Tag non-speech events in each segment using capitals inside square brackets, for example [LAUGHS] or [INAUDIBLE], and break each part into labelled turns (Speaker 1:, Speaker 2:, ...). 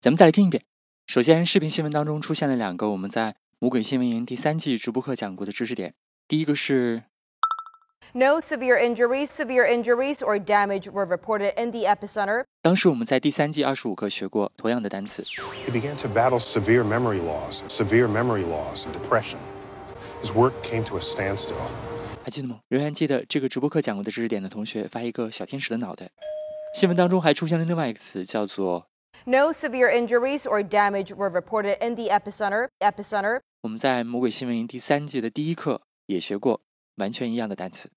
Speaker 1: 咱们再来听一遍。首先，视频新闻当中出现了两个我们在《魔鬼新闻营》第三季直播课讲过的知识点。第一个是
Speaker 2: No severe injuries, severe injuries, or damage were reported in the epicenter.
Speaker 1: 当时我们在第三季二十五课学过同样的单词，
Speaker 3: He began to battle severe memory loss, severe memory loss, and depression. His work came to a standstill.
Speaker 1: 还记得吗？仍然记得这个直播课讲过的知识点的同学，发一个小天使的脑袋。新闻当中还出现了另外一个词，叫做
Speaker 2: No severe injuries or damage were reported in the epicenter. Epicenter.
Speaker 1: 我们在《魔鬼新闻营》第三季的第一课也学过完全一样的单词。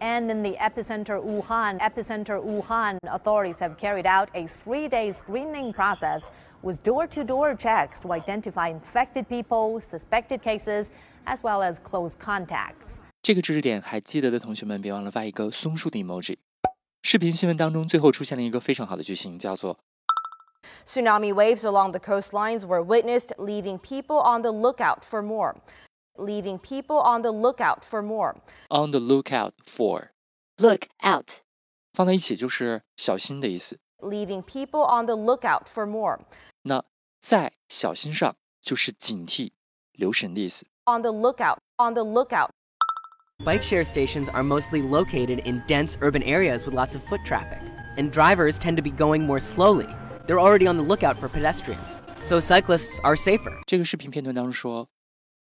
Speaker 4: And in the epicenter Wuhan, epicenter Wuhan, authorities have carried out a three-day screening process with door-to-door checks to identify infected people, suspected cases, as well as close contacts.
Speaker 1: 这个知识点还记得的同学们，别忘了发一个松树的 emoji。视频新闻当中最后出现了一个非常好的句型，叫做
Speaker 2: Tsunami waves along the coastlines were witnessed, leaving people on the lookout for more. Leaving people on the lookout for more.
Speaker 1: on the lookout for。
Speaker 5: Look out.
Speaker 1: 放在一起就是小心的意思。
Speaker 2: Leaving people on the lookout for more.
Speaker 1: 那在小心上就是警惕、留神的意思。
Speaker 2: On the lookout. On the lookout.
Speaker 6: Bike share stations are mostly located in dense urban areas with lots of foot traffic, and drivers tend to be going more slowly. They're already on the lookout for pedestrians, so cyclists are safer.
Speaker 1: 这个视频片段当中说，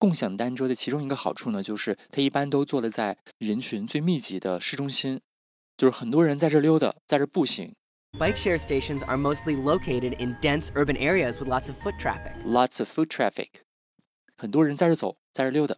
Speaker 1: 共享单车的其中一个好处呢，就是它一般都坐了在人群最密集的市中心，就是很多人在这溜达，在这步行。
Speaker 6: Bike share stations are mostly located in dense urban areas with lots of foot traffic,
Speaker 1: Lots of foot traffic，很多人在这走，在这溜达。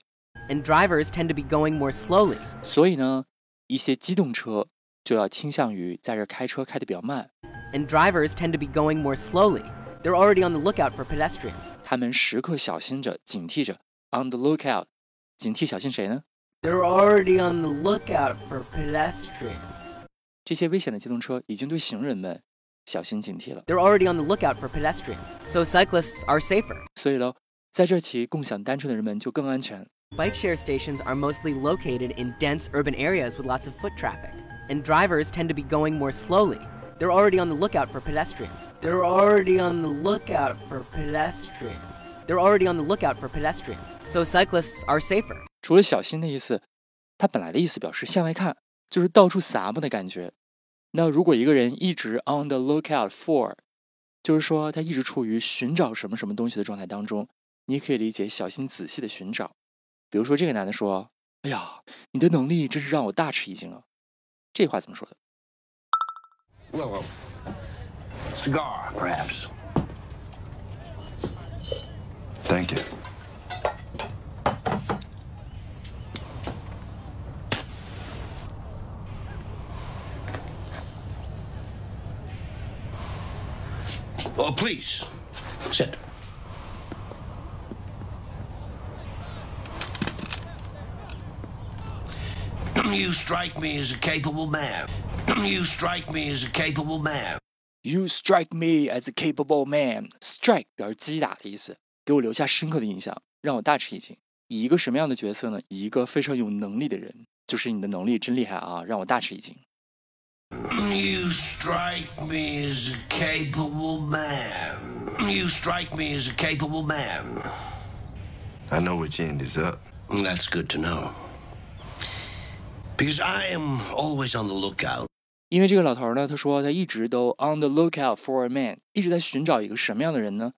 Speaker 6: and drivers tend to be going more slowly.
Speaker 1: 所以呢，一些机动车就要倾向于在这开车开得比较慢，
Speaker 6: And drivers tend to be going more slowly. They're already on the lookout for pedestrians.
Speaker 1: 他们时刻小心着，警惕着，on the lookout，警惕小心谁呢？
Speaker 6: They're already on the lookout for pedestrians.
Speaker 1: 这些危险的机动车已经对行人们小心警惕了。
Speaker 6: They're already on the lookout for pedestrians, so cyclists are safer.
Speaker 1: 所以喽，在这骑共享单车的人们就更安全。
Speaker 6: Bike share stations are mostly located in dense urban areas with lots of foot traffic, and drivers tend to be going more slowly. They're already on the lookout for pedestrians. They're already on the lookout for pedestrians. They're already on the lookout for pedestrians, so cyclists are safer.
Speaker 1: 除了小心的意思，它本来的意思表示向外看，就是到处撒么的感觉。那如果一个人一直 on the lookout for，就是说他一直处于寻找什么什么东西的状态当中，你也可以理解小心仔细的寻找。比如说这个男的说：“哎呀，你的能力真是让我大吃一惊啊！”这话怎么说的？
Speaker 7: Well, a cigar, perhaps.
Speaker 3: Thank you.
Speaker 7: Oh, please. Sit. [CLEARS THROAT] You strike me as a capable man. [CLEARS THROAT] You strike me as a capable man.
Speaker 1: You strike me as a capable man. Strike 表示击打的意思，给我留下深刻的印象，让我大吃一惊。以一个什么样的角色呢？以一个非常有能力的人，就是你的能力真厉害啊，让我大吃一惊。
Speaker 7: You strike me as a capable man. You strike me as a capable man.
Speaker 3: I know which end is up.
Speaker 7: That's good to know. Because I am always on the lookout.
Speaker 1: 因为这个老头儿呢，他说他一直都 on the lookout for a man，一直在寻找一个什么样的人呢？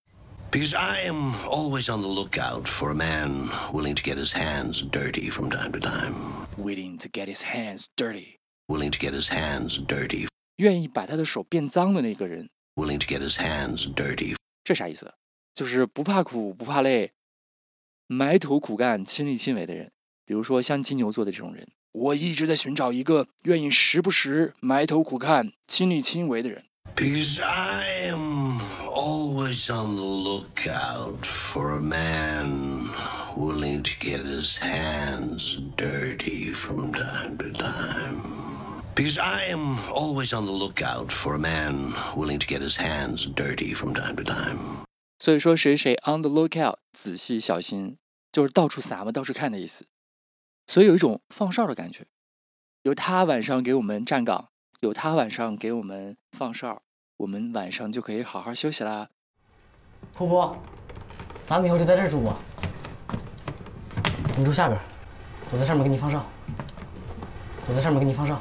Speaker 7: Because I am always on the lookout for a man willing to get his hands dirty from time to time.
Speaker 1: Willing to get his hands dirty，
Speaker 7: Willing to get his hands dirty.
Speaker 1: 愿意把他的手变脏的那个人，
Speaker 7: Willing to get his hands dirty.
Speaker 1: 这啥意思？啊就是不怕苦不怕累，埋头苦干、亲力亲为的人。比如说像金牛座的这种人，我一直在寻找一个愿意时不时埋头苦干、亲力亲为的人。
Speaker 7: Because I am always on the lookout for a man willing to get his hands dirty from time to time. Because I am always on the lookout for a man willing to get his hands dirty from time to time.
Speaker 1: 所以说谁谁 on the lookout，仔细小心，就是到处撒嘛，到处看的意思。所以有一种放哨的感觉，有他晚上给我们站岗，有他晚上给我们放哨，我们晚上就可以好好休息啦。
Speaker 5: 婆婆，咱们以后就在这儿住吧。你住下边儿，我在上面给你放哨。我在上面给你放哨。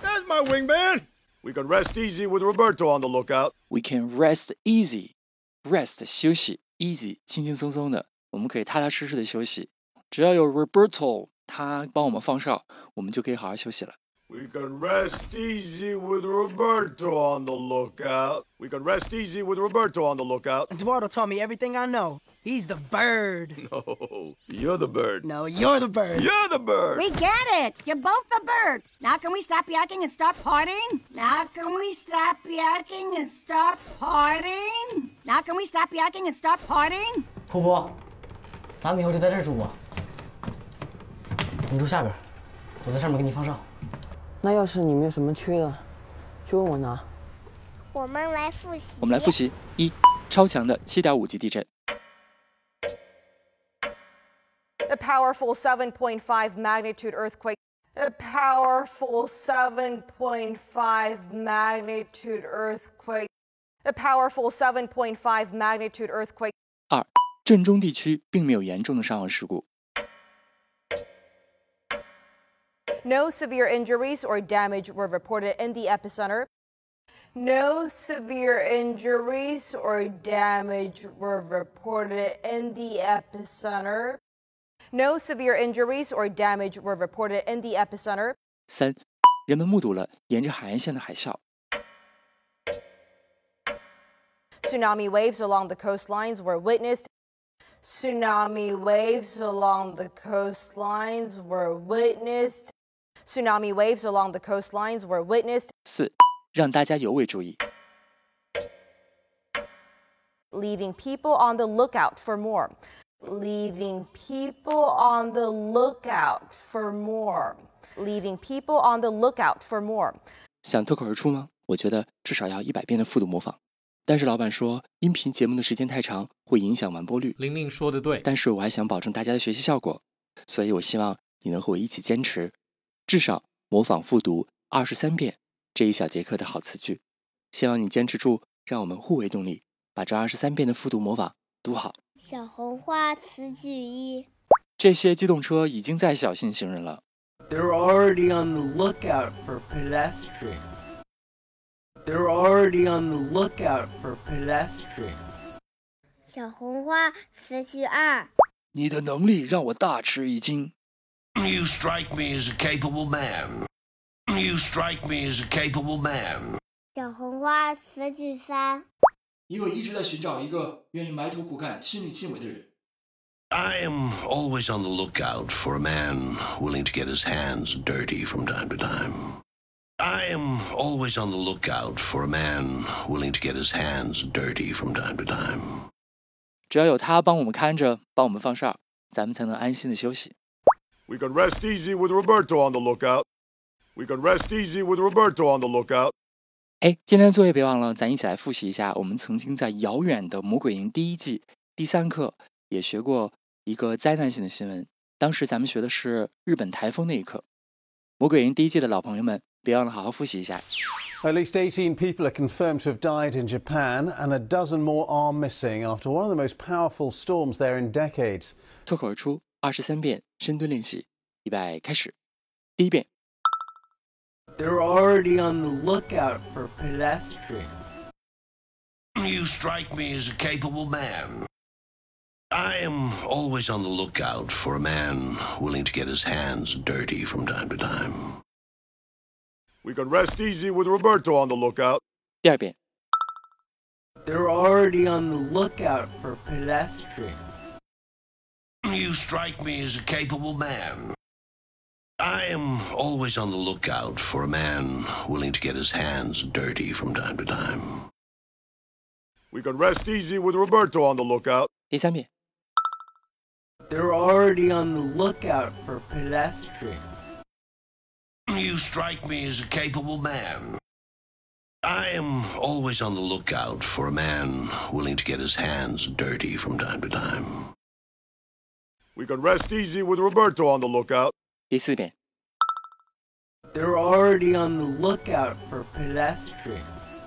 Speaker 8: There's my wingman. We can rest easy with Roberto on the lookout.
Speaker 1: We can rest easy, rest 休息，easy 轻轻松松的，我们可以踏踏实实的休息。只要有 Roberto 他帮我们放哨，我们就可以好好休息了。
Speaker 8: We can rest easy with Roberto on the lookout. We can rest easy with Roberto on the lookout. [LAUGHS]
Speaker 9: Eduardo taught me everything I know. He's the bird.
Speaker 10: [LAUGHS]
Speaker 8: No, you're the bird.
Speaker 9: No, you're the bird.
Speaker 8: You're the bird.
Speaker 11: We get it. You're both the bird. Now can we stop yakking and start partying? Now can we stop yakking and start partying? Now can we stop yakking and start partying?
Speaker 5: 婆婆，咱们以后就在这儿住吧。你住下边儿，我在上面给你放哨。
Speaker 10: 那要是你们有什么缺的，就问我拿。
Speaker 12: 我们来复习。
Speaker 1: 我们来复。习：一、超强的七点五级地震；
Speaker 2: The powerful 7.5 magnitude earthquake. The powerful 7.5 magnitude earthquake. The powerful 7.5 magnitude earthquake.
Speaker 1: 二、震中地区并没有严重的伤亡事故；
Speaker 2: No severe injuries or damage were reported in the epicenter. No severe injuries or damage were reported in the epicenter. No severe injuries or damage were reported in the epicenter.
Speaker 1: 三、人们目睹了沿着海岸线的海啸；
Speaker 2: Tsunami waves along the coastlines were witnessed. Tsunami waves along the coastlines were witnessed. Tsunami waves along the coastlines were witnessed,
Speaker 1: 四、让大家尤为注意；
Speaker 2: leaving people on the lookout for more. Leaving people on the lookout for more. Leaving people on the lookout for more.
Speaker 1: 想脱口而出吗？我觉得至少要一百遍的复读模仿。但是老板说，音频节目的时间太长，会影响完播率。
Speaker 13: 玲玲说的对，
Speaker 1: 但是我还想保证大家的学习效果，所以我希望你能和我一起坚持，至少模仿复读二十三遍这一小节课的好词句。希望你坚持住，让我们互为动力，把这二十三遍的复读模仿读好。
Speaker 12: 小红花词句一，
Speaker 1: 这些机动车已经在小心行人了。
Speaker 6: They're already on the lookout for pedestrians. They're already on the lookout for pedestrians.
Speaker 12: 小红花词句二，
Speaker 1: 你的能力让我大吃一惊。
Speaker 7: You strike me as a capable man. You strike me as a capable man.
Speaker 12: 小红花词句三，
Speaker 1: 因为一直在寻找一个愿意埋头苦干、亲力亲为的人。
Speaker 7: I am always on the lookout for a man willing to get his hands dirty from time to time. I am always on the lookout for a man willing to get his hands dirty from time to time.
Speaker 1: 只要有他帮我们看着，帮我们放哨，咱们才能安心的休息。
Speaker 8: We can rest easy with Roberto on the lookout. We can rest easy with Roberto on the lookout.
Speaker 1: 哎，今天的作业别忘了，咱一起来复习一下。我们曾经在遥远的《魔鬼营》第一季第三课也学过一个灾难性的新闻，当时咱们学的是日本台风那一课。《魔鬼营》第一季的老朋友们，别忘了好好复习一下。
Speaker 14: At least 18 people are confirmed to have died in Japan, and a dozen more are missing after one of the most powerful storms there in decades.
Speaker 1: 脱口而出二十三遍深蹲练习，预备开始。第一遍，
Speaker 6: They're already on the lookout for pedestrians.
Speaker 7: You strike me as a capable man. I am always on the lookout for a man willing to get his hands dirty from time to time.
Speaker 8: We can rest easy with Roberto on the lookout.
Speaker 1: 第二遍，
Speaker 6: They're already on the lookout for pedestrians.
Speaker 7: You strike me as a capable man. I am always on the lookout for a man willing to get his hands dirty from time to time.
Speaker 8: We can rest easy with Roberto on the lookout.
Speaker 1: 第三遍，
Speaker 6: They're already on the lookout for pedestrians.
Speaker 7: You strike me as a capable man. I am always on the lookout for a man willing to get his hands dirty from time to time.
Speaker 8: We can rest easy with Roberto on the lookout.
Speaker 1: 第四遍，
Speaker 6: They're already on the lookout for pedestrians.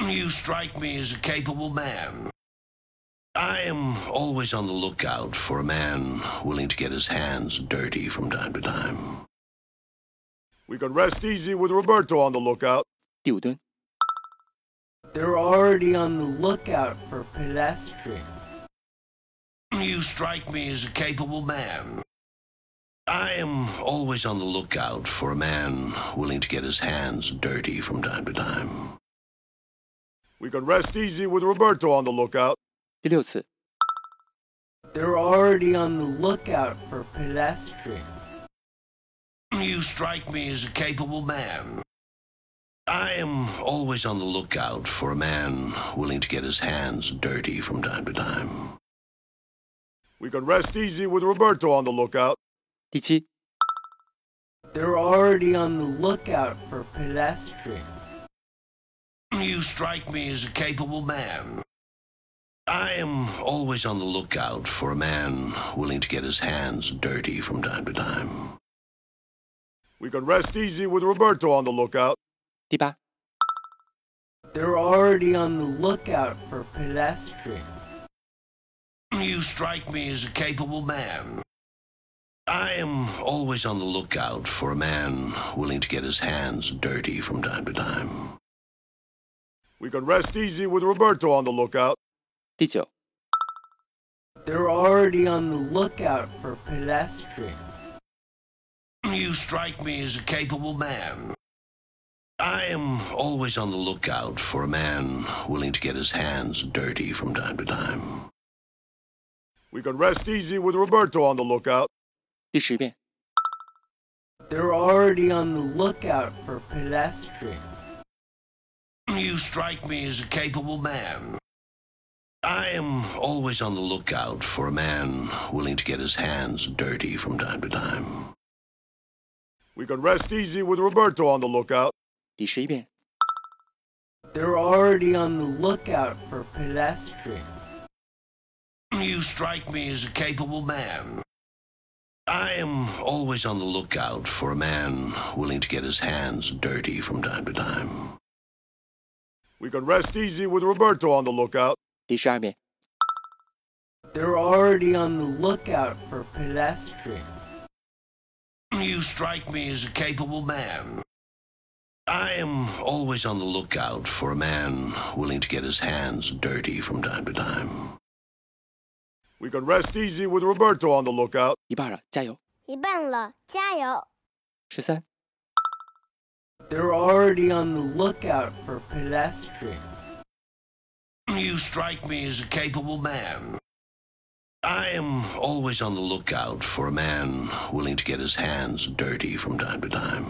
Speaker 7: You strike me as a capable man. I am always on the lookout for a man willing to get his hands dirty from time to time.
Speaker 8: We can rest easy with Roberto on the lookout.
Speaker 1: 第五蹲，
Speaker 6: They're already on the lookout for pedestrians.
Speaker 7: You strike me as a capable man. I am always on the lookout for a man willing to get his hands dirty from time to time.
Speaker 8: We can rest easy with Roberto on the lookout.
Speaker 1: 第六次，
Speaker 6: They're already on the lookout for pedestrians.
Speaker 7: You strike me as a capable man. I am always on the lookout for a man willing to get his hands dirty from time to time.
Speaker 8: We can rest easy with Roberto on the lookout.
Speaker 1: 第七，
Speaker 6: They're already on the lookout for pedestrians.
Speaker 7: You strike me as a capable man. I am always on the lookout for a man willing to get his hands dirty from time to time.
Speaker 8: We can rest easy with Roberto on the lookout.
Speaker 1: 第八，
Speaker 6: They're already on the lookout for pedestrians.
Speaker 7: You strike me as a capable man. I am always on the lookout for a man willing to get his hands dirty from time to time.
Speaker 8: We can rest easy with Roberto on the lookout.
Speaker 1: 第九，
Speaker 6: They're already on the lookout for pedestrians.
Speaker 7: You strike me as a capable man. I am always on the lookout for a man willing to get his hands dirty from time to time.
Speaker 8: We can rest easy with Roberto on the lookout.
Speaker 1: 第十遍，
Speaker 6: They're already on the lookout for pedestrians.
Speaker 7: You strike me as a capable man. I am always on the lookout for a man willing to get his hands dirty from time to time.
Speaker 8: We can rest easy with Roberto on the lookout.
Speaker 1: 第十一遍，
Speaker 6: They're already on the lookout for pedestrians.
Speaker 7: You strike me as a capable man. I am always on the lookout for a man willing to get his hands dirty from time to time.
Speaker 8: We can rest easy with Roberto on the lookout.
Speaker 1: 第十二遍，
Speaker 6: They're already on the lookout for pedestrians.
Speaker 7: You strike me as a capable man. I am always on the lookout for a man willing to get his hands dirty from time to time.
Speaker 8: We can rest easy with Roberto on the lookout.
Speaker 1: 一半了，加油！
Speaker 12: 一半了，加油！
Speaker 1: 十三、
Speaker 6: They're already on the lookout for pedestrians.
Speaker 7: You strike me as a capable man. I am always on the lookout for a man willing to get his hands dirty from time to time.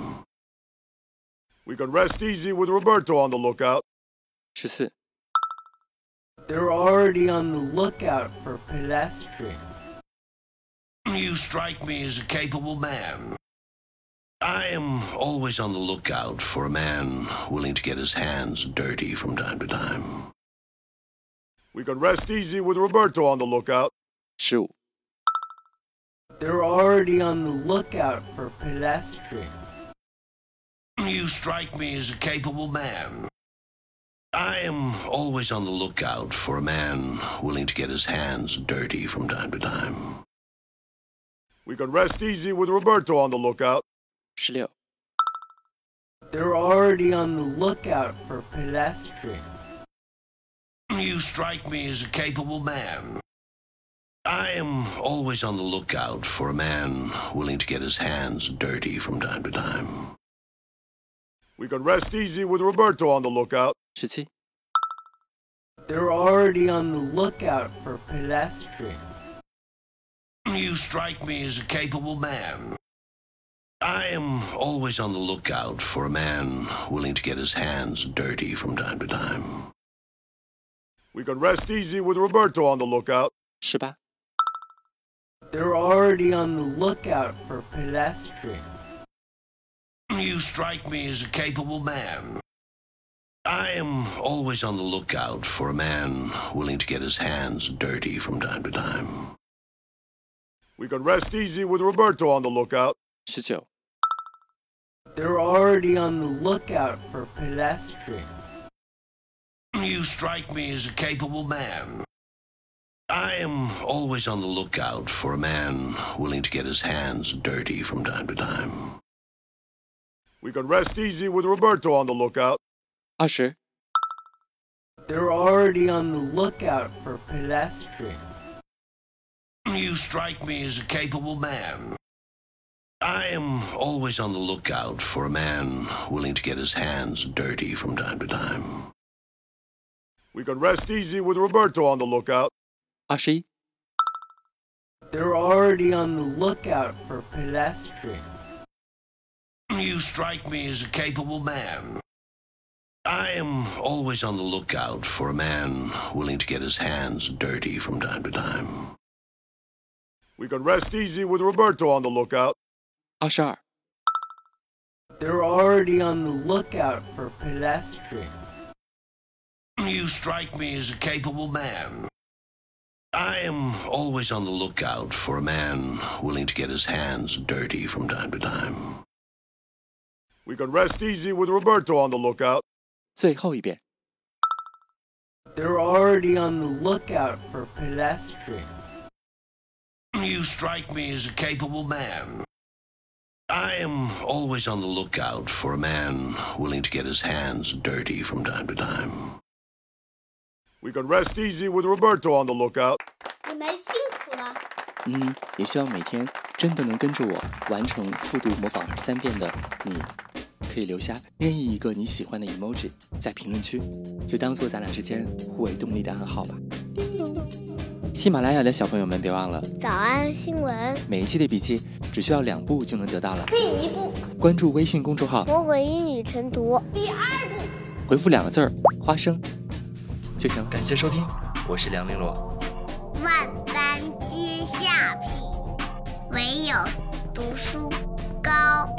Speaker 8: We can rest easy with Roberto on the lookout.
Speaker 1: 十四、
Speaker 6: They're already on the lookout for pedestrians.
Speaker 7: You strike me as a capable man. I am always on the lookout for a man willing to get his hands dirty from time to time.
Speaker 8: We can rest easy with Roberto on the lookout.
Speaker 1: 十五、
Speaker 6: They're already on the lookout for pedestrians.
Speaker 7: You strike me as a capable man. I am always on the lookout for a man willing to get his hands dirty from time to time.
Speaker 8: We can rest easy with Roberto on the lookout.
Speaker 1: 十六、
Speaker 6: They're already on the lookout for pedestrians.
Speaker 7: You strike me as a capable man. I am always on the lookout for a man willing to get his hands dirty from time to time.
Speaker 8: We can rest easy with Roberto on the lookout.
Speaker 1: 十七、
Speaker 6: They're already on the lookout for pedestrians.
Speaker 7: You strike me as a capable man. I am always on the lookout for a man willing to get his hands dirty from time to time.
Speaker 8: We can rest easy with Roberto on the lookout.
Speaker 1: 十八、
Speaker 6: They're already on the lookout for pedestrians.
Speaker 7: You strike me as a capable man. I am always on the lookout for a man willing to get his hands dirty from time to time.
Speaker 8: We can rest easy with Roberto on the lookout.
Speaker 1: 19.
Speaker 6: They're already on the lookout for pedestrians.
Speaker 7: You strike me as a capable man. I am always on the lookout for a man willing to get his hands dirty from time to time.
Speaker 8: We can rest easy with Roberto on the lookout.
Speaker 1: 二十、
Speaker 6: They're already on the lookout for pedestrians.
Speaker 7: You strike me as a capable man. I am always on the lookout for a man willing to get his hands dirty from time to time.
Speaker 8: We can rest easy with Roberto on the lookout.
Speaker 1: 二十一、
Speaker 6: They're already on the lookout for pedestrians.
Speaker 7: You strike me as a capable man. I am always on the lookout for a man willing to get his hands dirty from time to time.
Speaker 8: We can rest easy with Roberto on the lookout.
Speaker 1: 二十二、
Speaker 6: They're already on the lookout for pedestrians.
Speaker 7: You strike me as a capable man. I am always on the lookout for a man willing to get his hands dirty from time to time.
Speaker 8: We can rest easy with Roberto on the lookout.
Speaker 1: 最后一遍。
Speaker 6: They're already on the lookout for pedestrians.
Speaker 7: You strike me as a capable man. I am always on the lookout for a man willing to get his hands dirty from time to time.
Speaker 8: We can rest easy with Roberto on the lookout.
Speaker 12: 你们辛苦了。
Speaker 1: 嗯，也希望每天真的能跟着我完成复读模仿三遍的你，可以留下任意一个你喜欢的 emoji 在评论区，就当做咱俩之间互为动力的暗号吧。喜马拉雅的小朋友们，别忘了
Speaker 12: 早安新闻，
Speaker 1: 每一期的笔记只需要两步就能得到了。
Speaker 12: 第一步，
Speaker 1: 关注微信公众号，
Speaker 12: 魔鬼英语晨读；第二步，
Speaker 1: 回复两个字儿“花生”就行了。
Speaker 13: 感谢收听，我是梁玲珑，
Speaker 15: 万般皆下品，唯有读书高。